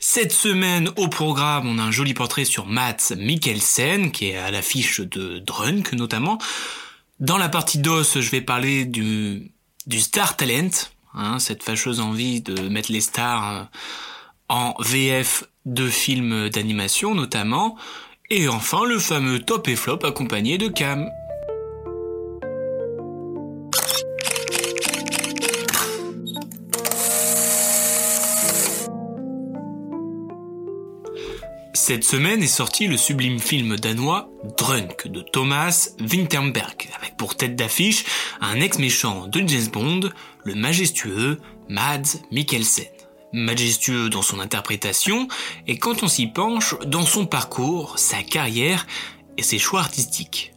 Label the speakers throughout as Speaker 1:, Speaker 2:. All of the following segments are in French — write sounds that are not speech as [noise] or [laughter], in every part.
Speaker 1: Cette semaine, au programme, on a un joli portrait sur Mats Mikkelsen, qui est à l'affiche de Drunk, notamment. Dans la partie DOS, je vais parler du, du Star Talent, hein, cette fâcheuse envie de mettre les stars euh, en VF de films d'animation, notamment. Et enfin, le fameux top et flop accompagné de Cam. Cette semaine est sorti le sublime film danois Drunk de Thomas Winterberg, avec pour tête d'affiche un ex-méchant de James Bond, le majestueux Mads Mikkelsen. Majestueux dans son interprétation, et quand on s'y penche, dans son parcours, sa carrière et ses choix artistiques.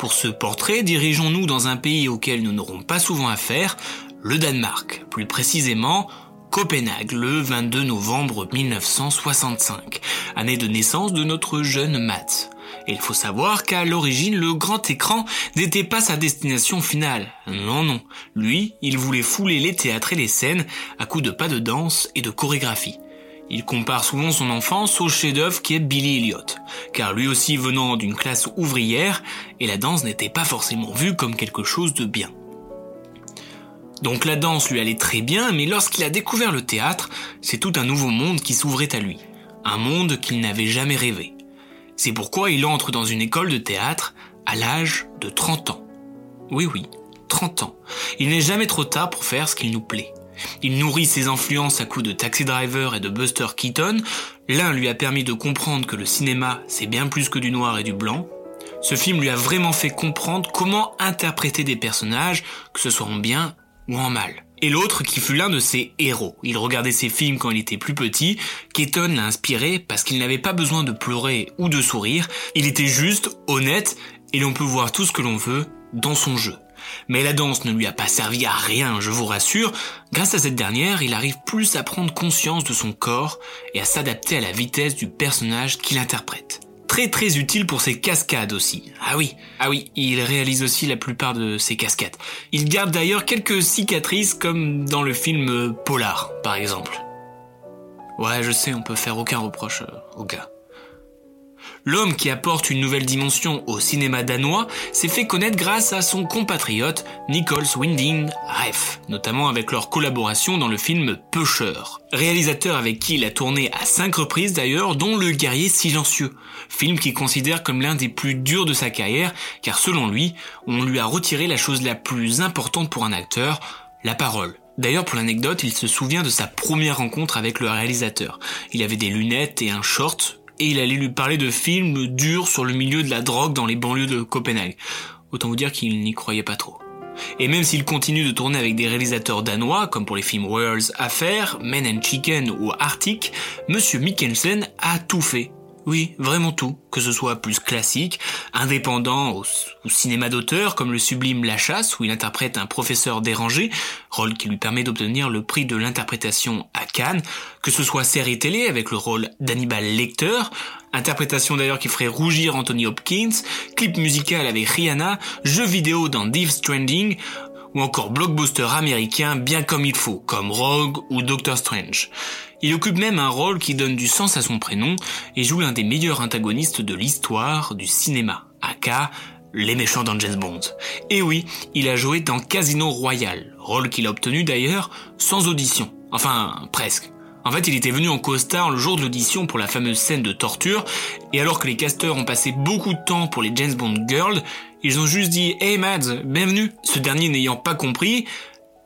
Speaker 1: Pour ce portrait, dirigeons-nous dans un pays auquel nous n'aurons pas souvent affaire, le Danemark, plus précisément Copenhague, le 22 novembre 1965, année de naissance de notre jeune Matt. Et il faut savoir qu'à l'origine, le grand écran n'était pas sa destination finale. Non, non. Lui, il voulait fouler les théâtres et les scènes à coups de pas de danse et de chorégraphie. Il compare souvent son enfance au chef-d'œuvre qui est Billy Elliot, car lui aussi venant d'une classe ouvrière, et la danse n'était pas forcément vue comme quelque chose de bien. Donc la danse lui allait très bien, mais lorsqu'il a découvert le théâtre, c'est tout un nouveau monde qui s'ouvrait à lui, un monde qu'il n'avait jamais rêvé. C'est pourquoi il entre dans une école de théâtre à l'âge de 30 ans. Oui oui, 30 ans. Il n'est jamais trop tard pour faire ce qu'il nous plaît. Il nourrit ses influences à coups de Taxi Driver et de Buster Keaton. L'un lui a permis de comprendre que le cinéma, c'est bien plus que du noir et du blanc. Ce film lui a vraiment fait comprendre comment interpréter des personnages, que ce soit en bien ou en mal. Et l'autre qui fut l'un de ses héros. Il regardait ses films quand il était plus petit. Keaton l'a inspiré parce qu'il n'avait pas besoin de pleurer ou de sourire. Il était juste, honnête, et l'on peut voir tout ce que l'on veut dans son jeu. Mais la danse ne lui a pas servi à rien, je vous rassure. Grâce à cette dernière, il arrive plus à prendre conscience de son corps et à s'adapter à la vitesse du personnage qu'il interprète. Très très utile pour ses cascades aussi. Ah oui, ah oui, il réalise aussi la plupart de ses cascades. Il garde d'ailleurs quelques cicatrices comme dans le film euh, Polar, par exemple. Ouais, je sais, on peut faire aucun reproche euh, au gars. L'homme qui apporte une nouvelle dimension au cinéma danois s'est fait connaître grâce à son compatriote Nichols Winding Refn, notamment avec leur collaboration dans le film Pêcheur, réalisateur avec qui il a tourné à cinq reprises d'ailleurs, dont Le guerrier silencieux, film qu'il considère comme l'un des plus durs de sa carrière, car selon lui, on lui a retiré la chose la plus importante pour un acteur, la parole. D'ailleurs, pour l'anecdote, il se souvient de sa première rencontre avec le réalisateur. Il avait des lunettes et un short, et il allait lui parler de films durs sur le milieu de la drogue dans les banlieues de Copenhague. Autant vous dire qu'il n'y croyait pas trop. Et même s'il continue de tourner avec des réalisateurs danois, comme pour les films World's Affair, Men and Chicken ou Arctic, Monsieur Mikkelsen a tout fait. Oui, vraiment tout, que ce soit plus classique, indépendant au, au cinéma d'auteur, comme le sublime La Chasse, où il interprète un professeur dérangé, rôle qui lui permet d'obtenir le prix de l'interprétation à Cannes, que ce soit série télé avec le rôle d'Hannibal Lecter, interprétation d'ailleurs qui ferait rougir Anthony Hopkins, clip musical avec Rihanna, jeu vidéo dans Death Stranding, ou encore blockbuster américain bien comme il faut, comme Rogue ou Doctor Strange. Il occupe même un rôle qui donne du sens à son prénom et joue l'un des meilleurs antagonistes de l'histoire du cinéma, aka les méchants dans James Bond. Et oui, il a joué dans Casino Royale, rôle qu'il a obtenu d'ailleurs sans audition. Enfin, presque. En fait, il était venu en costard le jour de l'audition pour la fameuse scène de torture, et alors que les casteurs ont passé beaucoup de temps pour les James Bond Girls, ils ont juste dit Hey Mads, bienvenue Ce dernier n'ayant pas compris,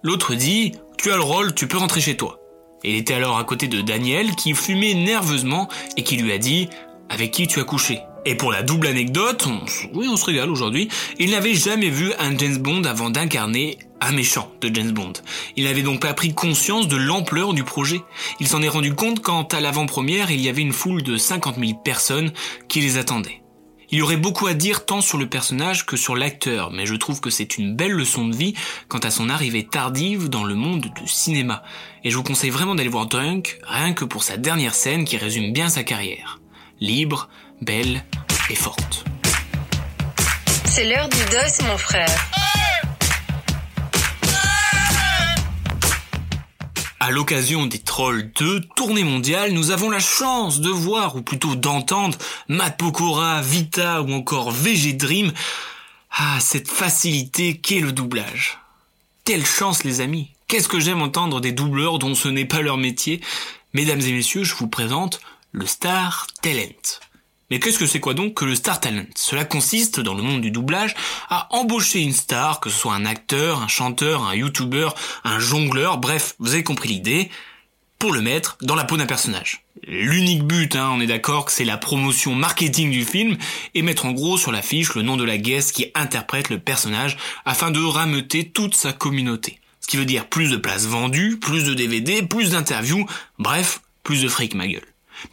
Speaker 1: l'autre dit Tu as le rôle, tu peux rentrer chez toi. Et il était alors à côté de Daniel qui fumait nerveusement et qui lui a dit Avec qui tu as couché Et pour la double anecdote, on s- oui, on se régale aujourd'hui, il n'avait jamais vu un James Bond avant d'incarner un méchant de James Bond. Il n'avait donc pas pris conscience de l'ampleur du projet. Il s'en est rendu compte quand, à l'avant-première, il y avait une foule de 50 000 personnes qui les attendaient. Il y aurait beaucoup à dire tant sur le personnage que sur l'acteur, mais je trouve que c'est une belle leçon de vie quant à son arrivée tardive dans le monde du cinéma. Et je vous conseille vraiment d'aller voir Drunk, rien que pour sa dernière scène qui résume bien sa carrière. Libre, belle et forte.
Speaker 2: C'est l'heure du dos, mon frère.
Speaker 1: À l'occasion des Trolls 2, tournée mondiale, nous avons la chance de voir, ou plutôt d'entendre, Matt Pokora, Vita ou encore VG Dream. Ah, cette facilité qu'est le doublage. Quelle chance les amis Qu'est-ce que j'aime entendre des doubleurs dont ce n'est pas leur métier Mesdames et messieurs, je vous présente le Star Talent. Mais qu'est-ce que c'est quoi donc que le Star Talent Cela consiste, dans le monde du doublage, à embaucher une star, que ce soit un acteur, un chanteur, un youtubeur, un jongleur, bref, vous avez compris l'idée, pour le mettre dans la peau d'un personnage. L'unique but, hein, on est d'accord que c'est la promotion marketing du film, et mettre en gros sur l'affiche le nom de la guest qui interprète le personnage, afin de rameuter toute sa communauté. Ce qui veut dire plus de places vendues, plus de DVD, plus d'interviews, bref, plus de fric ma gueule.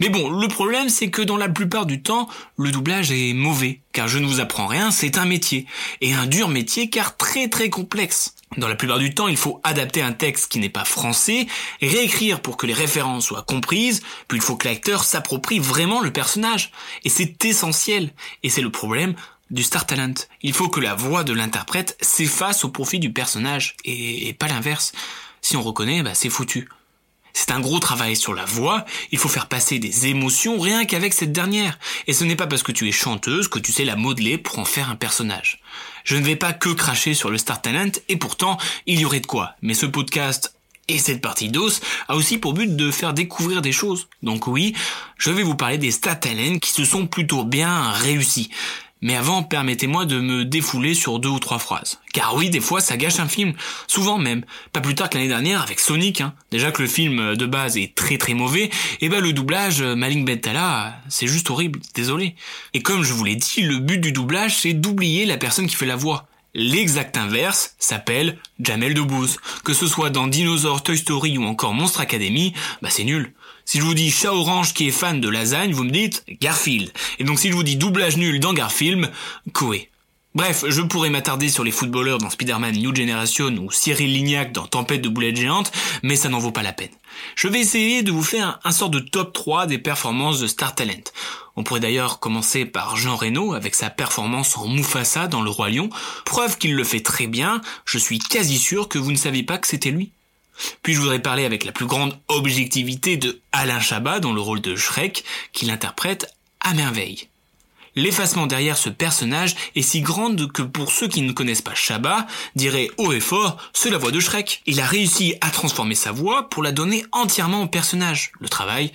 Speaker 1: Mais bon, le problème c'est que dans la plupart du temps, le doublage est mauvais, car je ne vous apprends rien, c'est un métier, et un dur métier car très très complexe. Dans la plupart du temps, il faut adapter un texte qui n'est pas français, réécrire pour que les références soient comprises, puis il faut que l'acteur s'approprie vraiment le personnage, et c'est essentiel, et c'est le problème du star talent. Il faut que la voix de l'interprète s'efface au profit du personnage, et, et pas l'inverse. Si on reconnaît, bah, c'est foutu. C'est un gros travail sur la voix, il faut faire passer des émotions rien qu'avec cette dernière. Et ce n'est pas parce que tu es chanteuse que tu sais la modeler pour en faire un personnage. Je ne vais pas que cracher sur le Star Talent, et pourtant, il y aurait de quoi. Mais ce podcast et cette partie d'os a aussi pour but de faire découvrir des choses. Donc oui, je vais vous parler des Star Talent qui se sont plutôt bien réussis. Mais avant, permettez-moi de me défouler sur deux ou trois phrases. Car oui, des fois, ça gâche un film. Souvent même. Pas plus tard que l'année dernière avec Sonic. Hein. Déjà que le film euh, de base est très très mauvais, et ben le doublage euh, Malik Bentala, euh, c'est juste horrible. Désolé. Et comme je vous l'ai dit, le but du doublage, c'est d'oublier la personne qui fait la voix. L'exact inverse s'appelle Jamel Debbouze. Que ce soit dans Dinosaur, Toy Story ou encore Monstre Academy, bah c'est nul. Si je vous dis chat orange qui est fan de lasagne, vous me dites Garfield. Et donc si je vous dis doublage nul dans Garfield, Koé. Bref, je pourrais m'attarder sur les footballeurs dans Spider-Man New Generation ou Cyril Lignac dans Tempête de boulettes géantes, mais ça n'en vaut pas la peine. Je vais essayer de vous faire un, un sort de top 3 des performances de Star Talent. On pourrait d'ailleurs commencer par Jean Reno avec sa performance en Mufasa dans Le Roi Lion, preuve qu'il le fait très bien, je suis quasi sûr que vous ne saviez pas que c'était lui. Puis je voudrais parler avec la plus grande objectivité de Alain Chabat dans le rôle de Shrek, qu'il interprète à merveille. L'effacement derrière ce personnage est si grande que pour ceux qui ne connaissent pas Chabat, diraient haut et fort, c'est la voix de Shrek. Il a réussi à transformer sa voix pour la donner entièrement au personnage. Le travail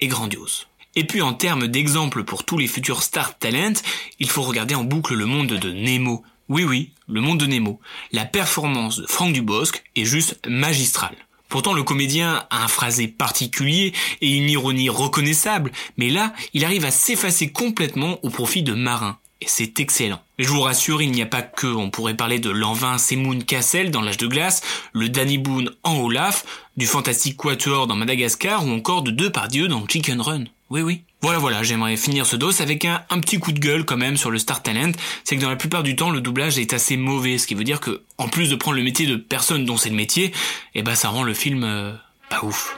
Speaker 1: est grandiose. Et puis en termes d'exemple pour tous les futurs star talent, il faut regarder en boucle le monde de Nemo. Oui oui, le monde de Nemo. La performance de Franck Dubosc est juste magistrale. Pourtant, le comédien a un phrasé particulier et une ironie reconnaissable, mais là, il arrive à s'effacer complètement au profit de Marin. Et c'est excellent. Mais je vous rassure, il n'y a pas que. On pourrait parler de l'envin Semoun Cassel dans L'Âge de Glace, le Danny Boone en Olaf, du Fantastique Quatuor dans Madagascar ou encore de Depardieu dans Chicken Run. Oui, oui. Voilà, voilà, j'aimerais finir ce dos avec un, un petit coup de gueule quand même sur le Star Talent. C'est que dans la plupart du temps, le doublage est assez mauvais, ce qui veut dire que, en plus de prendre le métier de personne dont c'est le métier, eh ben ça rend le film euh, pas ouf.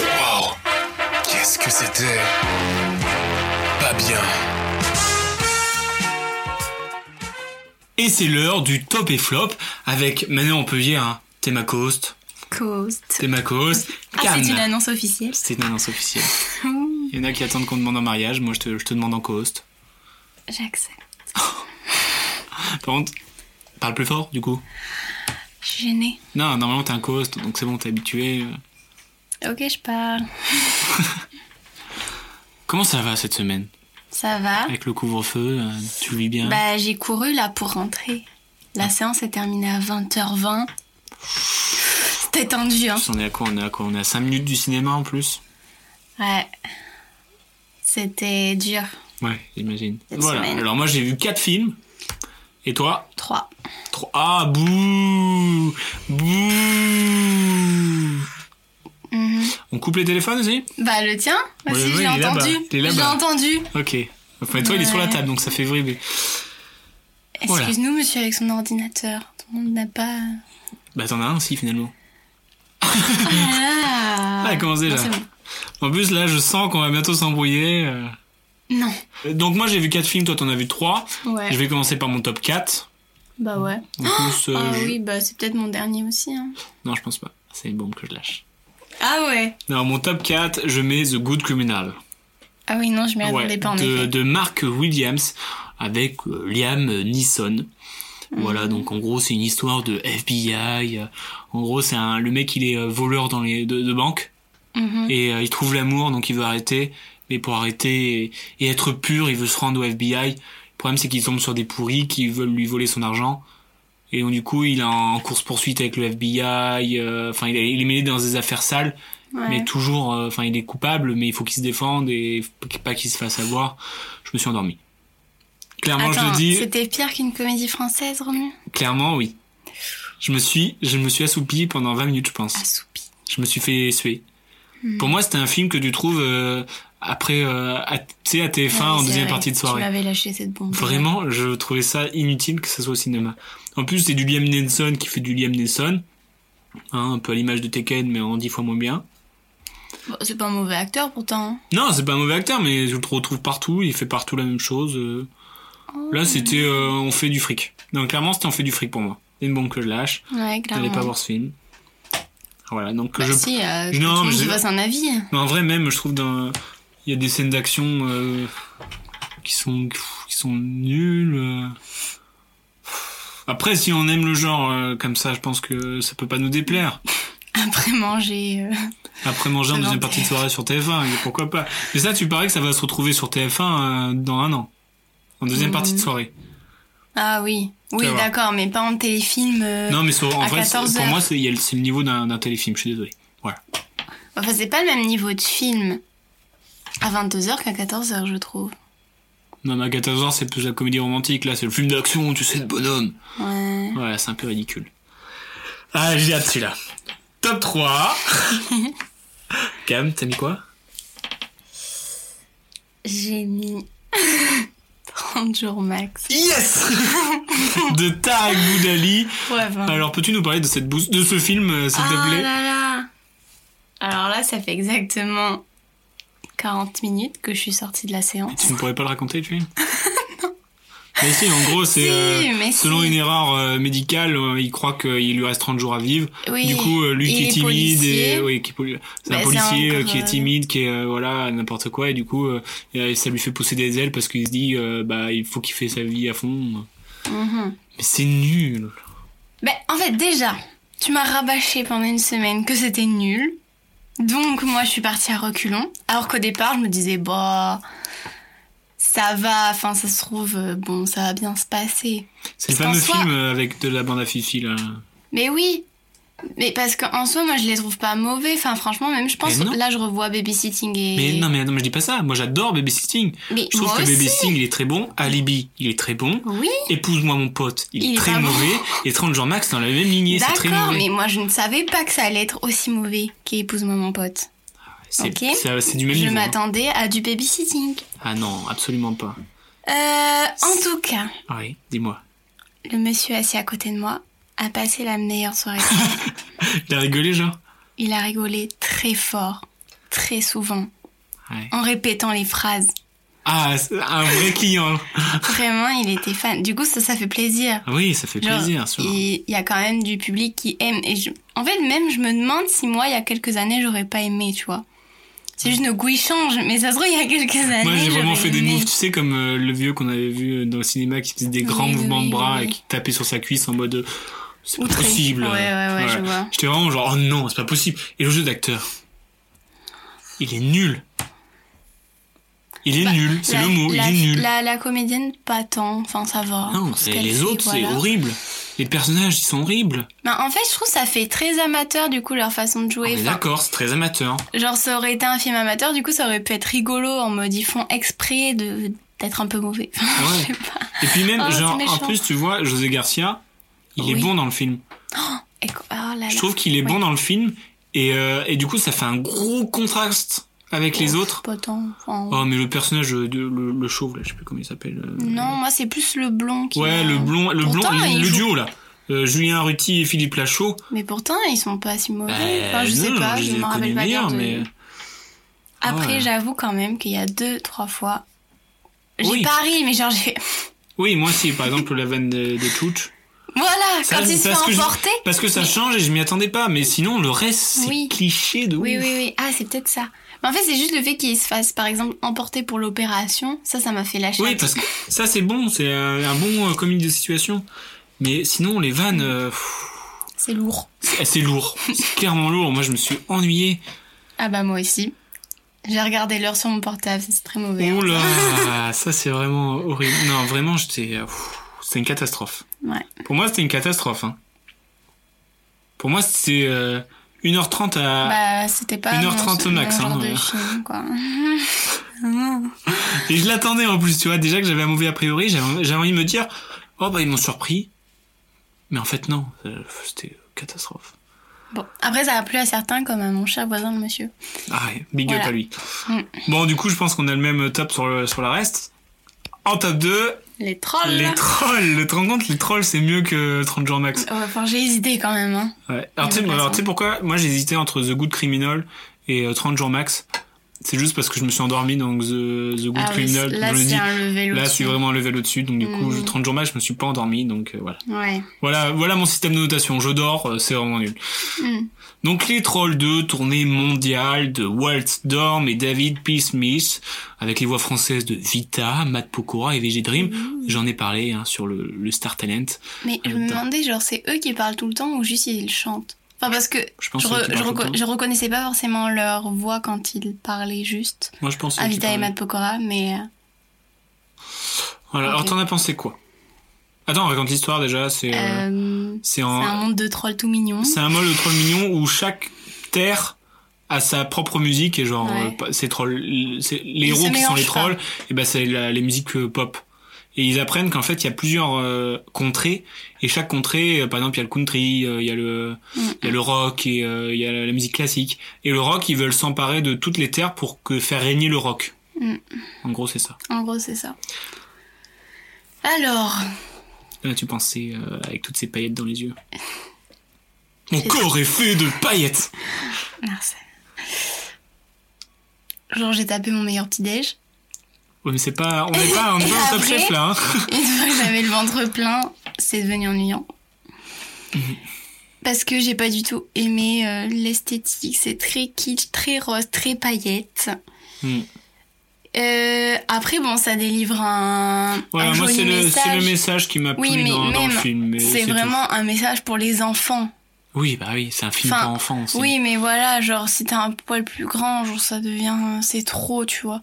Speaker 3: Wow. Qu'est-ce que c'était Pas bien.
Speaker 1: Et c'est l'heure du top et flop avec Manon Montpellier, hein, Théma Coast,
Speaker 4: Coast.
Speaker 1: Théma Coast,
Speaker 4: Ah,
Speaker 1: Cannes.
Speaker 4: c'est une annonce officielle.
Speaker 1: C'est une annonce
Speaker 4: [laughs]
Speaker 1: officielle. Il y en a qui attendent qu'on demande en mariage, moi je te, je te demande en Coast.
Speaker 4: J'accepte.
Speaker 1: Par contre, parle plus fort du coup.
Speaker 4: Je suis gênée.
Speaker 1: Non, normalement t'es un Coast, donc c'est bon, t'es habitué.
Speaker 4: Ok, je parle.
Speaker 1: Comment ça va cette semaine
Speaker 4: Ça va
Speaker 1: Avec le couvre-feu, euh, tu le vis bien
Speaker 4: Bah, j'ai couru là pour rentrer.
Speaker 1: Ah.
Speaker 4: La séance est terminée à 20h20. C'était tendu, hein.
Speaker 1: On est à quoi On est à quoi On est à 5 minutes du cinéma en plus
Speaker 4: Ouais. C'était dur.
Speaker 1: Ouais, j'imagine.
Speaker 4: Cette
Speaker 1: Voilà.
Speaker 4: semaine.
Speaker 1: Alors moi j'ai vu 4 films. Et toi
Speaker 4: 3.
Speaker 1: 3. Ah bouh Bouh On coupe les téléphones aussi
Speaker 4: Mhm. Bah le tien
Speaker 1: Oui,
Speaker 4: aussi,
Speaker 1: oui,
Speaker 4: je
Speaker 1: il est
Speaker 4: l'ai entendu.
Speaker 1: là-bas. Il est
Speaker 4: Je l'ai
Speaker 1: là-bas.
Speaker 4: entendu.
Speaker 1: Ok. Enfin, toi il est sur la
Speaker 4: Ouais.
Speaker 1: table donc ça fait vibrer. Voilà.
Speaker 4: Excuse-nous, monsieur, avec son ordinateur. Tout le monde n'a pas.
Speaker 1: Bah t'en as un aussi finalement.
Speaker 4: Ah,
Speaker 1: Ah, elle commence déjà.
Speaker 4: Non, c'est bon.
Speaker 1: En plus là je sens qu'on va bientôt s'embrouiller. euh.
Speaker 4: Non.
Speaker 1: Donc moi j'ai vu 4 films, toi t'en as vu 3.
Speaker 4: Ouais.
Speaker 1: Je vais commencer par mon top 4.
Speaker 4: Bah ouais.
Speaker 1: En plus, euh,
Speaker 4: Ah
Speaker 1: je-
Speaker 4: oui, bah c'est peut-être mon dernier aussi. Hein.
Speaker 1: Non je pense pas. C'est une bombe que je lâche.
Speaker 4: Ah ouais.
Speaker 1: Dans mon top 4 je mets The Good Criminal.
Speaker 4: Ah oui, non, je m'y
Speaker 1: Ouais,
Speaker 4: attendais pas en
Speaker 1: de,
Speaker 4: effet.
Speaker 1: de Mark Williams avec euh, Liam Neeson. Voilà,
Speaker 4: Mhm.
Speaker 1: donc en gros, c'est une histoire de FBI. euh, En gros, c'est un le mec, il est euh, voleur dans les de, de banque
Speaker 4: Mhm.
Speaker 1: et euh, il trouve l'amour, donc il veut arrêter. Mais pour arrêter et, et être pur, il veut se rendre au FBI. Le problème, c'est qu'il tombe sur des pourris qui veulent lui voler son argent. Et donc, du coup, il est en course poursuite avec le FBI. euh, Enfin, il est- il est mêlé dans des affaires sales
Speaker 4: Ouais.
Speaker 1: mais toujours euh, enfin il est coupable mais il faut qu'il se défende et faut pas qu'il se fasse avoir je me suis endormi clairement je
Speaker 4: Attends,
Speaker 1: le dis
Speaker 4: C'était pire qu'une comédie française, Romu
Speaker 1: clairement oui je me suis je me suis assoupi pendant 20 minutes je
Speaker 4: Ah,
Speaker 1: pense
Speaker 4: Assoupi.
Speaker 1: je me suis fait suer
Speaker 4: Hmm.
Speaker 1: pour moi c'était un film que tu trouves euh, après euh, à, tu sais, à TF1
Speaker 4: Ouais,
Speaker 1: en
Speaker 4: c'est
Speaker 1: deuxième
Speaker 4: vrai.
Speaker 1: partie de
Speaker 4: Tu
Speaker 1: soirée
Speaker 4: m'avais lâché cette bombe.
Speaker 1: Vraiment, je trouvais ça inutile que ça soit au cinéma. En plus, c'est du Liam Neeson qui fait du Liam Neeson. Hein, un peu à l'image de Tekken, mais en dix fois moins bien.
Speaker 4: Bon, c'est pas un mauvais acteur pourtant. hein.
Speaker 1: Non, c'est pas un mauvais acteur, mais je le retrouve partout, il fait partout la même chose. euh. Là, c'était euh, on fait du fric. Donc, clairement, c'était on fait du fric pour moi. C'est une bombe que je lâche.
Speaker 4: Ouais,
Speaker 1: N'allez
Speaker 4: clairement.
Speaker 1: pas voir ce film. Voilà, donc
Speaker 4: Bah
Speaker 1: je.
Speaker 4: si, euh,
Speaker 1: Non,
Speaker 4: que tout le
Speaker 1: mais
Speaker 4: monde
Speaker 1: j'ai-
Speaker 4: se fasse un avis. [laughs]
Speaker 1: Mais en vrai, même, je trouve dans. Il y a des scènes d'action euh, qui sont pff, qui sont nulles. euh. Après, si on aime le genre euh, comme ça, je pense que ça peut pas nous déplaire.
Speaker 4: Après manger... euh,
Speaker 1: Après manger en
Speaker 4: Ça
Speaker 1: deuxième
Speaker 4: l'enterre.
Speaker 1: partie de soirée sur TF1, et pourquoi pas. Mais ça, tu parais que ça va se retrouver sur TF1 euh, dans un an. En deuxième
Speaker 4: Mhm.
Speaker 1: partie de soirée.
Speaker 4: Ah oui. Oui,
Speaker 1: Ça va.
Speaker 4: d'accord, mais pas en téléfilm. euh,
Speaker 1: Non, mais sur- en
Speaker 4: à
Speaker 1: vrai, c'est-
Speaker 4: 14
Speaker 1: pour
Speaker 4: heures.
Speaker 1: moi, c'est il y a le- c'est le niveau d'un d'un téléfilm, je suis désolé. Voilà.
Speaker 4: Enfin, c'est pas le même niveau de film à 22h qu'à 14h, je trouve.
Speaker 1: Non, mais à 14 heures, c'est plus la comédie romantique. Là, c'est le film d'action, tu sais, de bonhomme.
Speaker 4: Ouais.
Speaker 1: Ouais, c'est un peu ridicule. Ah, j'ai hâte celui-là. Top
Speaker 4: [laughs]
Speaker 1: 3. Cam, t'as mis quoi
Speaker 4: J'ai mis [laughs] 30 jours max.
Speaker 1: Yes [laughs] De Tarek Boudali.
Speaker 4: Ouais, 20.
Speaker 1: Alors, peux-tu nous parler de cette bouse- de ce film, euh, s'il
Speaker 4: Ah
Speaker 1: te plaît
Speaker 4: là là Alors là, ça fait exactement 40 minutes que je suis sortie de la séance.
Speaker 1: Tu ne pourrais pas le raconter,
Speaker 4: [laughs]
Speaker 1: tu Non. Mais si, en gros, c'est
Speaker 4: Si,
Speaker 1: euh,
Speaker 4: mais
Speaker 1: selon
Speaker 4: si.
Speaker 1: une erreur euh, médicale, euh, il croit qu'il lui reste 30 jours à vivre.
Speaker 4: Oui,
Speaker 1: du coup, euh, lui
Speaker 4: il
Speaker 1: qui est
Speaker 4: est
Speaker 1: timide, et,
Speaker 4: policier.
Speaker 1: oui, qui est poli- c'est un
Speaker 4: Bah, c'est
Speaker 1: policier euh,
Speaker 4: encore,
Speaker 1: qui est
Speaker 4: euh,
Speaker 1: timide, qui est euh, voilà n'importe quoi, et du coup, euh, et ça lui fait pousser des ailes parce qu'il se dit, euh, bah, il faut qu'il fait sa vie à fond.
Speaker 4: Mhm.
Speaker 1: Mais c'est nul.
Speaker 4: Ben, en fait, déjà, tu m'as rabâché pendant une semaine que c'était nul. Donc, moi, je suis partie à reculons. Alors qu'au départ, je me disais, bah, ça va, enfin, ça se trouve, euh, bon, ça va bien se passer.
Speaker 1: C'est le
Speaker 4: Parce
Speaker 1: fameux
Speaker 4: qu'en soi-
Speaker 1: film euh, avec de la bande à Fifi là.
Speaker 4: Mais oui! Mais parce qu'en soi, moi, je les trouve pas mauvais. Enfin, franchement, même, je pense,
Speaker 1: Mais non.
Speaker 4: là, je revois Babysitting et.
Speaker 1: Mais non, mais non, mais je dis pas ça. Moi, j'adore Babysitting.
Speaker 4: Mais
Speaker 1: Je trouve
Speaker 4: moi
Speaker 1: que
Speaker 4: aussi.
Speaker 1: Babysitting, il est très bon. Alibi, il est très bon.
Speaker 4: Oui,
Speaker 1: Épouse-moi mon pote, il est
Speaker 4: Il est
Speaker 1: très
Speaker 4: pas bon.
Speaker 1: mauvais. Et 30 jours max dans la même lignée, c'est très
Speaker 4: d'accord,
Speaker 1: mauvais.
Speaker 4: mais moi, je ne savais pas que ça allait être aussi mauvais qu'épouse-moi mon pote.
Speaker 1: C'est
Speaker 4: ok.
Speaker 1: c'est- c'est du même
Speaker 4: Je
Speaker 1: niveau. hein.
Speaker 4: m'attendais à du babysitting.
Speaker 1: Ah non, absolument pas.
Speaker 4: Euh, en tout cas.
Speaker 1: Ah Oui, dis-moi.
Speaker 4: Le monsieur assis à côté de moi a passé la
Speaker 1: [laughs]
Speaker 4: meilleure soirée.
Speaker 1: Il a rigolé, genre
Speaker 4: Il a rigolé très fort, très souvent,
Speaker 1: Ouais.
Speaker 4: en répétant
Speaker 1: [laughs]
Speaker 4: les phrases.
Speaker 1: Ah, c'est un vrai client. Ah
Speaker 4: Vraiment, il était fan. Du coup, ça, ça fait plaisir.
Speaker 1: Oui, ça fait
Speaker 4: Genre,
Speaker 1: plaisir, sûr.
Speaker 4: Il il y a quand même du public qui aime. Et je- En fait, même, je me demande si moi, il y a quelques années, j'aurais pas aimé, tu vois. C'est juste nos goûts ils changent, mais ça se trouve, il y a quelques années.
Speaker 1: Moi, j'ai vraiment
Speaker 4: j'aurais
Speaker 1: fait des
Speaker 4: aimé.
Speaker 1: moves, tu sais, comme euh, le vieux qu'on avait vu euh, dans le cinéma qui faisait des grands
Speaker 4: Oui, oui,
Speaker 1: mouvements de
Speaker 4: oui,
Speaker 1: bras
Speaker 4: oui.
Speaker 1: et qui tapait sur sa cuisse en mode euh, c'est pas
Speaker 4: Outré.
Speaker 1: possible.
Speaker 4: Ouais, ouais, ouais, je vois.
Speaker 1: J'étais vraiment genre oh non, c'est pas possible. Et le jeu d'acteur, il est nul. Il est
Speaker 4: Bah,
Speaker 1: nul, c'est
Speaker 4: La-
Speaker 1: le mot, il
Speaker 4: la-
Speaker 1: est nul.
Speaker 4: La, la comédienne, pas tant. Enfin, ça va.
Speaker 1: Non,
Speaker 4: Ce
Speaker 1: c'est
Speaker 4: qu'elle
Speaker 1: les
Speaker 4: fait,
Speaker 1: autres, c'est
Speaker 4: voilà.
Speaker 1: horrible. Les personnages, ils sont horribles.
Speaker 4: Ben, en fait, je trouve ça fait très amateur du coup leur façon de
Speaker 1: On
Speaker 4: jouer.
Speaker 1: est
Speaker 4: Enfin,
Speaker 1: Ah, d'accord, c'est très amateur.
Speaker 4: genre ça aurait été un film amateur, du coup ça aurait pu être rigolo en mode ils font exprès de d'être un peu mauvais. [laughs] Enfin,
Speaker 1: Ouais.
Speaker 4: je sais pas.
Speaker 1: Et puis même,
Speaker 4: Oh, c'est
Speaker 1: genre, en
Speaker 4: méchant.
Speaker 1: plus, tu vois, José Garcia, il est
Speaker 4: Oui.
Speaker 1: bon dans le film.
Speaker 4: Et quoi- oh là là.
Speaker 1: Je trouve qu'il est bon dans le film. Et, euh, et du coup, ça fait un gros contraste avec les
Speaker 4: Oh,
Speaker 1: autres.
Speaker 4: Pas tant. enfin,
Speaker 1: Oh, mais le personnage, de, le, le chauve, là, je sais plus comment il s'appelle. euh,
Speaker 4: Non, moi c'est plus le blond qui.
Speaker 1: Ouais, le blond, le blond,
Speaker 4: Pourtant,
Speaker 1: le,
Speaker 4: il
Speaker 1: le
Speaker 4: joue-
Speaker 1: duo, là. Euh, Julien Ruti et Philippe Lachaud.
Speaker 4: Mais pourtant ils sont pas si mauvais.
Speaker 1: Euh,
Speaker 4: Enfin, je sais
Speaker 1: non,
Speaker 4: pas, je
Speaker 1: les
Speaker 4: me
Speaker 1: connais
Speaker 4: rappelle pas
Speaker 1: meilleurs,
Speaker 4: bien. de-
Speaker 1: mais-
Speaker 4: Après
Speaker 1: Ouais.
Speaker 4: j'avoue quand même qu'il y a deux trois fois. J'ai
Speaker 1: Oui.
Speaker 4: pas ri, mais genre j'ai.
Speaker 1: Oui, moi aussi, par exemple, la vanne de, de Tchouch.
Speaker 4: Voilà,
Speaker 1: Ça,
Speaker 4: quand il se
Speaker 1: parce que
Speaker 4: fait
Speaker 1: je-
Speaker 4: emporter.
Speaker 1: Parce que ça change et je m'y attendais pas. Mais sinon, le reste, c'est
Speaker 4: Oui.
Speaker 1: cliché de
Speaker 4: Oui,
Speaker 1: ouf.
Speaker 4: oui, oui. Ah, c'est peut-être ça. Mais en fait, c'est juste le fait qu'il se fasse, par exemple, emporter pour l'opération. Ça, ça m'a fait lâcher.
Speaker 1: Oui, parce que ça, c'est bon. C'est un, un bon euh, comique de situation. Mais sinon, les vannes, euh,
Speaker 4: [laughs]
Speaker 1: pff,
Speaker 4: C'est lourd.
Speaker 1: c'est c'est lourd. C'est clairement lourd. Moi, je me suis ennuyé.
Speaker 4: Ah bah, moi aussi. J'ai regardé l'heure sur mon portable, c'est très mauvais.
Speaker 1: Oh là, ça, c'est vraiment horrible. Non, vraiment, j'étais. euh, pff, C'était une catastrophe.
Speaker 4: Ouais.
Speaker 1: Pour moi, c'était une catastrophe. hein. Pour moi, c'était euh, 1h30 à.
Speaker 4: Bah, c'était pas.
Speaker 1: 1h30
Speaker 4: mon-
Speaker 1: au max,
Speaker 4: mon genre
Speaker 1: hein,
Speaker 4: de
Speaker 1: ouais.
Speaker 4: film, quoi.
Speaker 1: Et je l'attendais en plus, tu vois. Déjà que j'avais un mauvais a priori, j'avais j'avais envie de me dire, oh bah ils m'ont surpris. Mais en fait, non, euh, c'était catastrophe.
Speaker 4: Bon, après, ça a plu à certains, comme à mon cher voisin de monsieur.
Speaker 1: Ah ouais, big
Speaker 4: Voilà.
Speaker 1: up à lui.
Speaker 4: Mm.
Speaker 1: Bon, du coup, je pense qu'on a le même top sur, le, sur la reste. En top 2,
Speaker 4: Les trolls.
Speaker 1: les trolls. Tu te rends compte, les trolls, c'est mieux que 30 jours max.
Speaker 4: Ouais, Oh, enfin, j'ai hésité quand même. Hein.
Speaker 1: Ouais. Alors,
Speaker 4: Il
Speaker 1: tu sais,
Speaker 4: y en a
Speaker 1: alors,
Speaker 4: plein.
Speaker 1: tu sais pourquoi Moi, j'hésitais entre The Good Criminal et euh, 30 jours max. C'est juste parce que je me suis endormi dans The, The Good
Speaker 4: Ah oui,
Speaker 1: Criminal.
Speaker 4: là,
Speaker 1: je me
Speaker 4: c'est
Speaker 1: dis,
Speaker 4: un level
Speaker 1: là,
Speaker 4: au-dessus.
Speaker 1: c'est vraiment un level au-dessus. Donc, du coup,
Speaker 4: Mm.
Speaker 1: je- 30 jours max, je me suis pas endormi. Donc, euh, voilà.
Speaker 4: Ouais.
Speaker 1: Voilà, voilà mon système de notation. Je dors, euh, c'est vraiment nul.
Speaker 4: Mm.
Speaker 1: Donc les Trolls 2, tournée mondiale de Walt Dorm et David P. Smith, avec les voix françaises de Vita, Matt Pokora et VG Dream.
Speaker 4: Mmh.
Speaker 1: J'en ai parlé hein, sur le, le Star Talent.
Speaker 4: Mais je
Speaker 1: Attends.
Speaker 4: me demandais, genre, c'est eux qui parlent tout le temps ou juste ils chantent Enfin, parce que
Speaker 1: Je pense
Speaker 4: je,
Speaker 1: que
Speaker 4: re-
Speaker 1: tu
Speaker 4: je
Speaker 1: parles tout le
Speaker 4: reco-
Speaker 1: temps.
Speaker 4: je reconnaissais pas forcément leur voix quand ils parlaient juste.
Speaker 1: Moi je pense. que tu
Speaker 4: Avita et
Speaker 1: parlais.
Speaker 4: Matt Pokora, mais. euh,
Speaker 1: Voilà. Alors
Speaker 4: Ok.
Speaker 1: t'en as pensé quoi Attends, on raconte l'histoire déjà. C'est euh,
Speaker 4: euh,
Speaker 1: c'est
Speaker 4: c'est un
Speaker 1: un
Speaker 4: monde de trolls tout mignon.
Speaker 1: c'est un mode de trolls mignon où chaque terre a sa propre musique et genre
Speaker 4: Ouais.
Speaker 1: euh, pas- ces trolls, c'est les
Speaker 4: Ils se
Speaker 1: héros qui sont les
Speaker 4: mélangent pas.
Speaker 1: trolls, et ben c'est la- les musiques euh, pop. Et ils apprennent qu'en fait il y a plusieurs euh, contrées et chaque contrée, euh, par exemple il y a le country, euh, il y a le
Speaker 4: Mm.
Speaker 1: il y a le rock et euh, il y a la, la musique classique. Et le rock ils veulent s'emparer de toutes les terres pour que faire régner le rock.
Speaker 4: Mm.
Speaker 1: En gros c'est ça.
Speaker 4: En gros, c'est ça. Alors,
Speaker 1: Là tu pensais euh, avec toutes ces paillettes dans
Speaker 4: [laughs]
Speaker 1: les yeux. Mon corps est fait de paillettes.
Speaker 4: merci. Genre, j'ai tapé mon meilleur petit-déj.
Speaker 1: Ouais, mais c'est pas, on n'est pas, on est
Speaker 4: Et
Speaker 1: pas au top
Speaker 4: après-
Speaker 1: chef là. Hein.
Speaker 4: Une fois que [laughs] j'avais le ventre plein, c'est devenu ennuyant. Parce que j'ai pas du tout aimé euh, l'esthétique. C'est très kitsch, très rose, très paillette.
Speaker 1: Mm.
Speaker 4: Euh, après, bon, ça délivre un,
Speaker 1: Ouais,
Speaker 4: un
Speaker 1: moi
Speaker 4: joli
Speaker 1: c'est le, c'est
Speaker 4: message.
Speaker 1: le message qui m'a
Speaker 4: Oui,
Speaker 1: plu
Speaker 4: mais
Speaker 1: dans, dans le
Speaker 4: même,
Speaker 1: film. mais
Speaker 4: c'est
Speaker 1: tout.
Speaker 4: vraiment un message pour les enfants.
Speaker 1: Oui, bah oui, c'est un film
Speaker 4: Enfin,
Speaker 1: pour enfants aussi.
Speaker 4: Oui, mais voilà, genre, si t'as un poil plus grand, genre, ça devient. C'est trop, tu vois.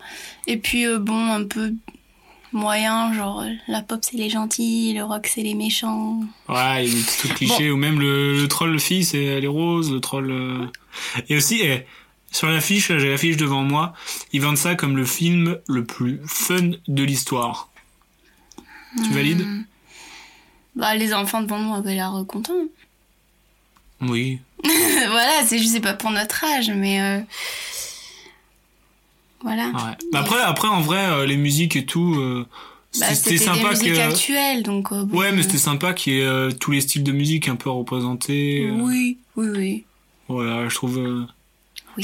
Speaker 4: Et puis, euh, bon, un peu moyen, genre, la pop, c'est les gentils, le rock, c'est les méchants.
Speaker 1: Ouais, il y a des petits trucs clichés ou même le, le troll fille, c'est elle est rose, le troll. euh, Et aussi, eh, sur l'affiche, là, j'ai l'affiche devant moi, ils vendent ça comme le film le plus fun de l'histoire.
Speaker 4: Hmm.
Speaker 1: Tu valides
Speaker 4: Bah, les enfants devant nous avaient l'air euh, contents. [laughs]
Speaker 1: Oui.
Speaker 4: voilà, c'est juste, c'est pas pour notre âge, mais. euh, Voilà.
Speaker 1: Ouais. Bah après, après, en vrai, euh, les musiques et tout, euh,
Speaker 4: Bah,
Speaker 1: c'était sympa
Speaker 4: des musiques
Speaker 1: que.
Speaker 4: actuelles, donc. euh, bon,
Speaker 1: Ouais, mais
Speaker 4: euh,
Speaker 1: c'était sympa qu'il y ait euh, tous les styles de musique un peu représentés. euh,
Speaker 4: Oui, oui, oui.
Speaker 1: Voilà, je trouve. euh,
Speaker 4: Oui.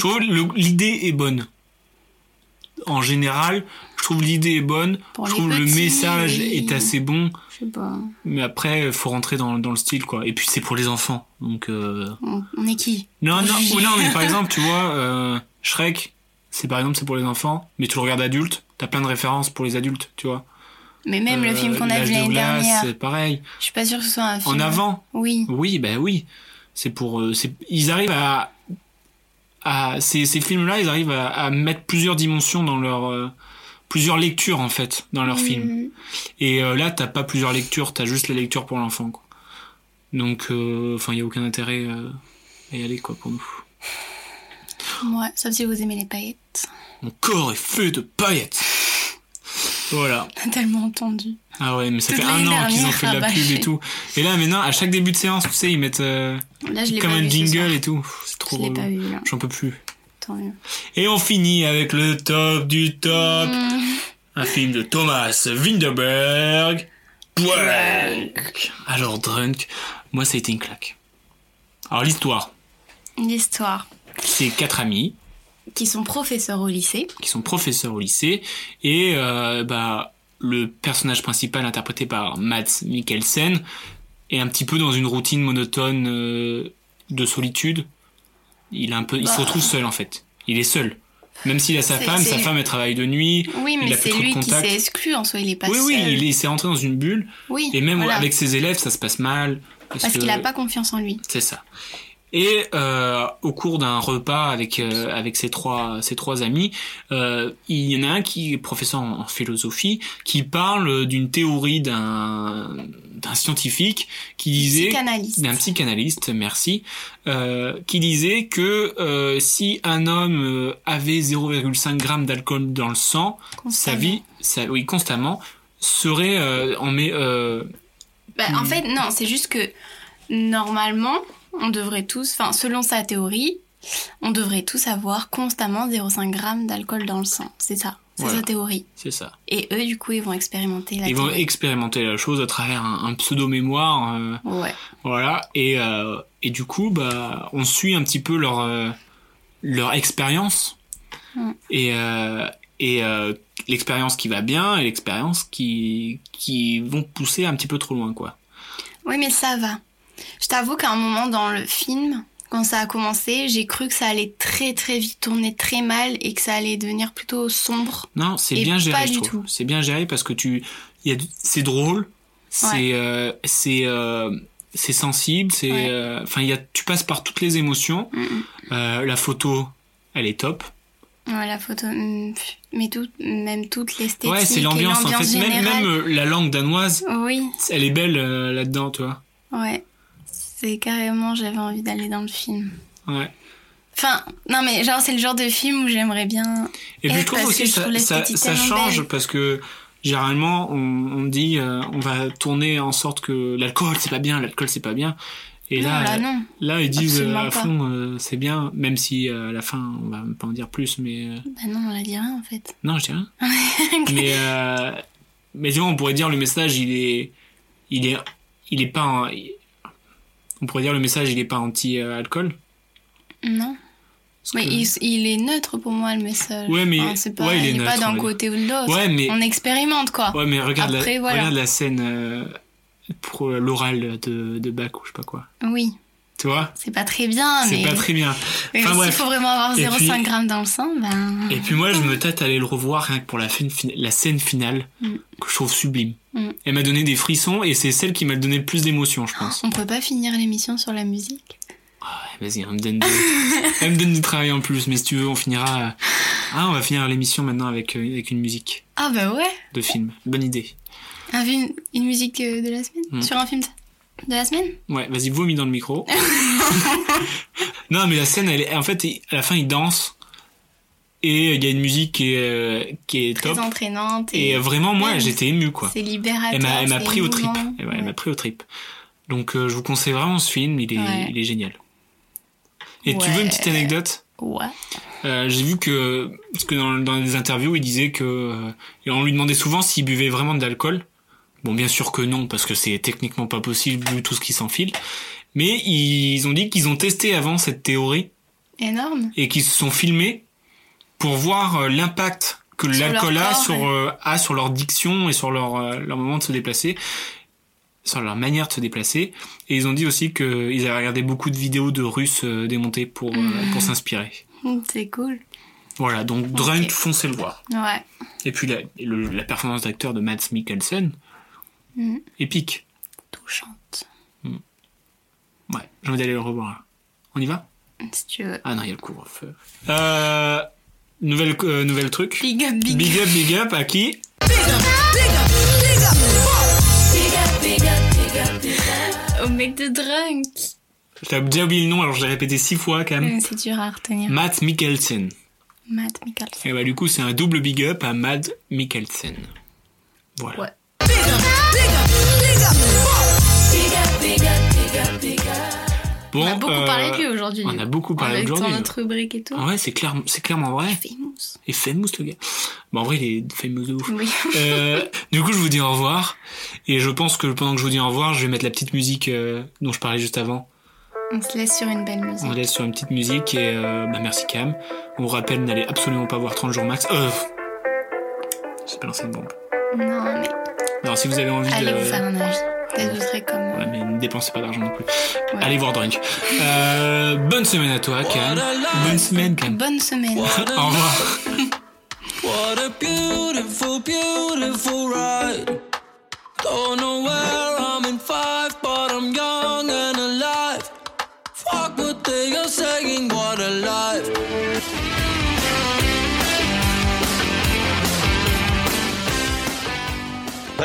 Speaker 1: Je trouve le- l'idée est bonne. En général, je trouve l'idée est bonne.
Speaker 4: Pour
Speaker 1: je
Speaker 4: les
Speaker 1: trouve le
Speaker 4: petits,
Speaker 1: message
Speaker 4: oui.
Speaker 1: est assez bon.
Speaker 4: Je sais pas.
Speaker 1: Mais après, faut rentrer dans, dans le style, quoi. Et puis, c'est pour les enfants. Donc, euh...
Speaker 4: On, on est qui
Speaker 1: non, non,
Speaker 4: Oui.
Speaker 1: ou non, mais par exemple, tu vois, euh, Shrek, c'est par exemple, c'est pour les enfants, mais tu le regardes adulte, t'as plein de références pour les adultes, tu vois.
Speaker 4: Mais même
Speaker 1: Euh,
Speaker 4: le film qu'on a
Speaker 1: L'Âge
Speaker 4: vu
Speaker 1: de
Speaker 4: l'année
Speaker 1: glace,
Speaker 4: dernière.
Speaker 1: c'est pareil.
Speaker 4: Je suis pas sûre que ce soit un film.
Speaker 1: En avant,
Speaker 4: Oui.
Speaker 1: Oui, ben oui. C'est pour. euh, c'est- ils arrivent à. à ces, ces films-là, ils arrivent à, à mettre plusieurs dimensions dans leur. euh, plusieurs lectures, en
Speaker 4: Mm.
Speaker 1: fait, dans leur film. Et euh, là, t'as pas plusieurs lectures, t'as juste la lecture pour l'enfant, quoi. Donc, euh, enfin, il n'y a aucun intérêt euh, à y aller, quoi, pour nous.
Speaker 4: Ouais, sauf si vous aimez les paillettes. [laughs]
Speaker 1: Mon corps est feu de paillettes. Voilà.
Speaker 4: On a tellement entendu.
Speaker 1: Ah ouais, mais ça
Speaker 4: Toute
Speaker 1: fait un
Speaker 4: l'année
Speaker 1: an qu'ils ont
Speaker 4: dernière,
Speaker 1: fait de la pub
Speaker 4: rabâché.
Speaker 1: et tout. Et là, maintenant, à chaque début de séance, tu sais, ils mettent euh,
Speaker 4: Là, Ah, je l'ai
Speaker 1: comme
Speaker 4: pas
Speaker 1: un
Speaker 4: vu ce soir.
Speaker 1: jingle et tout. Pff, C'est trop
Speaker 4: Je l'ai pas
Speaker 1: relou.
Speaker 4: vu, là.
Speaker 1: J'en peux plus.
Speaker 4: Tant mieux.
Speaker 1: Et on finit avec le top du top.
Speaker 4: Mm.
Speaker 1: Un film de Thomas Winderberg. Drunk. Alors, Drunk, moi, ça a été une claque. Alors, l'histoire,
Speaker 4: L'histoire.
Speaker 1: c'est quatre amis
Speaker 4: Qui sont professeurs au lycée.
Speaker 1: qui sont professeurs au lycée et euh, bah, le personnage principal interprété par Mads Mikkelsen est un petit peu dans une routine monotone euh, de solitude. Il, a un peu, il se
Speaker 4: Bah.
Speaker 1: retrouve seul en fait. Il est seul. Même s'il a sa
Speaker 4: C'est-
Speaker 1: femme, sa
Speaker 4: c'est-
Speaker 1: femme elle travaille de nuit.
Speaker 4: Oui,
Speaker 1: il
Speaker 4: mais
Speaker 1: a plus
Speaker 4: c'est
Speaker 1: trop de
Speaker 4: lui qui
Speaker 1: contact.
Speaker 4: s'est exclu en soi, il est pas
Speaker 1: oui,
Speaker 4: seul.
Speaker 1: oui, il est- il s'est rentré dans une bulle.
Speaker 4: Oui,
Speaker 1: Et même
Speaker 4: voilà.
Speaker 1: avec ses élèves, ça se passe mal.
Speaker 4: Parce
Speaker 1: que-
Speaker 4: qu'il a pas confiance en lui.
Speaker 1: c'est ça. Et euh, au cours d'un repas avec euh, avec ses trois ses trois amis, euh, il y en a un qui est professeur en, en philosophie qui parle d'une théorie d'un d'un scientifique qui disait
Speaker 4: Psychanalyste.
Speaker 1: d'un psychanalyste, merci, euh, qui disait que euh, si un homme euh, avait 0,5 grammes d'alcool dans le sang, sa
Speaker 4: Constamment.
Speaker 1: vie, sa, oui constamment, serait euh, en met euh,
Speaker 4: Bah, En fait, non, c'est juste que normalement, on devrait tous, enfin, selon sa théorie, on devrait tous avoir constamment 0,5 grammes d'alcool dans le sang. C'est ça. C'est
Speaker 1: Voilà.
Speaker 4: sa théorie.
Speaker 1: c'est ça.
Speaker 4: Et eux, du coup, ils vont expérimenter la
Speaker 1: Ils vont
Speaker 4: théorie.
Speaker 1: expérimenter la chose à travers un, pseudo mémoire.
Speaker 4: Ouais.
Speaker 1: Voilà, et, euh, et du coup, bah, on suit un petit peu leur, euh, leur expérience.
Speaker 4: Mm.
Speaker 1: Et, euh, et euh, l'expérience qui va bien et l'expérience qui, qui vont pousser un petit peu trop loin, quoi.
Speaker 4: Oui, mais ça va. Je t'avoue qu'à un moment dans le film, quand ça a commencé, j'ai cru que ça allait très très vite tourner très mal et que ça allait devenir plutôt sombre.
Speaker 1: Non, c'est
Speaker 4: Et
Speaker 1: bien
Speaker 4: pas
Speaker 1: géré, je
Speaker 4: du
Speaker 1: trouve.
Speaker 4: tout.
Speaker 1: C'est bien géré parce que tu. il Y a, du- c'est drôle,
Speaker 4: Ouais.
Speaker 1: c'est euh, c'est euh, c'est sensible, c'est.
Speaker 4: Ouais.
Speaker 1: euh, Enfin, il y a, tu passes par toutes les émotions.
Speaker 4: Mm, mm.
Speaker 1: Euh, la photo, elle est top.
Speaker 4: Ouais, la photo, mm, pff, mais tout, même toute l'esthétique.
Speaker 1: Ouais, c'est
Speaker 4: et
Speaker 1: l'ambiance en fait. Même,
Speaker 4: générale.
Speaker 1: même euh, la langue danoise,
Speaker 4: Oui,
Speaker 1: elle est belle euh, là-dedans, tu vois.
Speaker 4: ouais. C'est carrément, j'avais envie d'aller dans le film.
Speaker 1: Ouais.
Speaker 4: Enfin, non mais genre c'est le genre de film où j'aimerais bien.
Speaker 1: Et puis
Speaker 4: Eh,
Speaker 1: je trouve
Speaker 4: parce
Speaker 1: aussi
Speaker 4: que
Speaker 1: que
Speaker 4: je trouve
Speaker 1: ça, ça,
Speaker 4: l'esthétique
Speaker 1: ça
Speaker 4: tellement
Speaker 1: change
Speaker 4: belle.
Speaker 1: parce que généralement on, on dit euh, on va tourner en sorte que l'alcool c'est pas bien, l'alcool c'est pas bien. Et
Speaker 4: non,
Speaker 1: là,
Speaker 4: là,
Speaker 1: euh,
Speaker 4: Bah, non.
Speaker 1: là ils disent euh,
Speaker 4: Absolument
Speaker 1: à
Speaker 4: pas.
Speaker 1: fond euh, c'est bien, même si euh, à la fin on va pas en dire plus, mais euh,
Speaker 4: Bah non, on la dit rien en fait.
Speaker 1: non je dis
Speaker 4: [laughs]
Speaker 1: rien. mais euh, mais tu vois on pourrait dire le message il est il est il est pas en- on pourrait dire le message il est pas anti euh, alcool.
Speaker 4: Non.
Speaker 1: Parce
Speaker 4: Mais
Speaker 1: que-
Speaker 4: il, il est neutre pour moi le message.
Speaker 1: Euh. Ouais, mais-
Speaker 4: Enfin, c'est pas,
Speaker 1: ouais, il
Speaker 4: il
Speaker 1: est
Speaker 4: est,
Speaker 1: neutre,
Speaker 4: pas
Speaker 1: on
Speaker 4: d'un
Speaker 1: va dire.
Speaker 4: côté ou de l'autre.
Speaker 1: Ouais, mais-
Speaker 4: On expérimente quoi.
Speaker 1: Ouais, mais regarde,
Speaker 4: Après,
Speaker 1: la,
Speaker 4: voilà.
Speaker 1: regarde la scène euh, pour l'oral de, de Bach ou je sais pas quoi.
Speaker 4: Oui,
Speaker 1: Tu vois
Speaker 4: c'est pas très bien,
Speaker 1: C'est
Speaker 4: mais.
Speaker 1: pas très bien.
Speaker 4: mais
Speaker 1: Enfin,
Speaker 4: s'il
Speaker 1: bref.
Speaker 4: faut vraiment avoir
Speaker 1: Et
Speaker 4: 0,5
Speaker 1: puis-
Speaker 4: grammes dans le sang, ben.
Speaker 1: Et puis moi, je me tâte à aller le revoir rien que pour la, fin- fin- la scène finale que je trouve sublime.
Speaker 4: Mm.
Speaker 1: Elle m'a donné des frissons et c'est celle qui m'a donné le plus d'émotions, je pense.
Speaker 4: On peut pas finir l'émission sur la musique
Speaker 1: Ouais, Vas-y, elle me, donne du... elle me donne du travail en plus, mais si tu veux, on finira. euh, Ah, on va finir l'émission maintenant avec, euh, avec une musique
Speaker 4: Ah bah ouais
Speaker 1: de film. Bonne idée.
Speaker 4: Un film- une musique euh, de la semaine
Speaker 1: Hmm.
Speaker 4: Sur un film de de la semaine
Speaker 1: Ouais, vas-y, vomis dans le
Speaker 4: [laughs]
Speaker 1: micro. non, mais la scène, elle est, en fait, il- à la fin, ils dansent. Et il y a une musique qui est, euh, qui est
Speaker 4: Très
Speaker 1: top.
Speaker 4: entraînante et,
Speaker 1: Et vraiment, moi,
Speaker 4: Ouais,
Speaker 1: j'étais ému, quoi.
Speaker 4: c'est libérateur.
Speaker 1: Elle m'a, elle m'a
Speaker 4: c'est
Speaker 1: pris au trip.
Speaker 4: émouvant.
Speaker 1: Elle m'a, elle m'a
Speaker 4: Ouais.
Speaker 1: pris au trip. Donc, euh, je vous conseille vraiment ce film. Il est,
Speaker 4: Ouais.
Speaker 1: il est génial. Et tu veux
Speaker 4: Ouais.
Speaker 1: une petite anecdote
Speaker 4: Ouais.
Speaker 1: Euh, J'ai vu que, parce que dans, dans les interviews, il disait que, euh, et on lui demandait souvent s'il buvait vraiment de l'alcool. Bon, bien sûr que non, parce que c'est techniquement pas possible vu tout ce qui s'enfile. Mais ils ont dit qu'ils ont testé avant cette théorie
Speaker 4: Énorme.
Speaker 1: et qu'ils se sont filmés pour voir euh, l'impact que
Speaker 4: Sur leur
Speaker 1: l'alcool a
Speaker 4: corps,
Speaker 1: sur
Speaker 4: ouais.
Speaker 1: euh, a sur leur diction et sur leur euh, leur moment de se déplacer, sur leur manière de se déplacer. Et ils ont dit aussi que ils avaient regardé beaucoup de vidéos de Russes euh, démontés pour euh,
Speaker 4: Mm.
Speaker 1: pour s'inspirer.
Speaker 4: Hmm, C'est cool.
Speaker 1: Voilà, donc Drunk, foncez le voir.
Speaker 4: Ouais.
Speaker 1: Et puis la, et le- la performance d'acteur de Mads Mikkelsen,
Speaker 4: Mhm.
Speaker 1: épique.
Speaker 4: Touchante.
Speaker 1: Ouais, j'ai envie d'aller le revoir. On y va
Speaker 4: Si tu veux.
Speaker 1: Ah non, il y a le couvre-feu. Euh, nouvelle euh, nouvelle truc.
Speaker 4: Big up, big,
Speaker 1: Big up, big up à qui
Speaker 4: au mec de Drunk.
Speaker 1: J'avais déjà oublié le nom, alors je l'ai répété six fois quand même.
Speaker 4: Mais C'est dur à retenir.
Speaker 1: Matt Mikkelsen.
Speaker 4: Matt Mikkelsen.
Speaker 1: Et bah du coup, Hmm. c'est un double big up à Matt Mikkelsen. Voilà.
Speaker 4: Ouais.
Speaker 1: Bon,
Speaker 4: on a beaucoup
Speaker 1: euh,
Speaker 4: parlé de lui aujourd'hui.
Speaker 1: On a beaucoup parlé
Speaker 4: Avec
Speaker 1: aujourd'hui.
Speaker 4: Dans notre rubrique et tout.
Speaker 1: Ah Ouais, c'est clair, c'est clairement vrai.
Speaker 4: Famous.
Speaker 1: Et famous le gars. Bah en vrai, il est famous de ouf.
Speaker 4: Oui. [laughs]
Speaker 1: Euh, [laughs] du coup, je vous dis au revoir. Et je pense que pendant que je vous dis au revoir, je vais mettre la petite musique euh, dont je parlais juste avant.
Speaker 4: On se laisse sur une belle musique.
Speaker 1: On laisse sur une petite musique et euh, bah, merci Cam. On vous rappelle, n'allez absolument pas voir 30 jours max. Euh, j'ai pas lancé de bombe.
Speaker 4: Non, mais
Speaker 1: Non, si vous avez envie
Speaker 4: allez
Speaker 1: de...
Speaker 4: vous faire un avis. Peut-être vous serez comme moi.
Speaker 1: Ouais, mais ne dépensez pas d'argent non plus. Allez voir Drunk. Euh, bonne semaine à toi, Cam. Bonne semaine, Cam.
Speaker 4: Bonne semaine.
Speaker 1: Au revoir.
Speaker 5: What a beautiful, beautiful ride. Don't know where I'm in five, but I'm young and alive. Fuck what they are saying, what a life.
Speaker 6: Je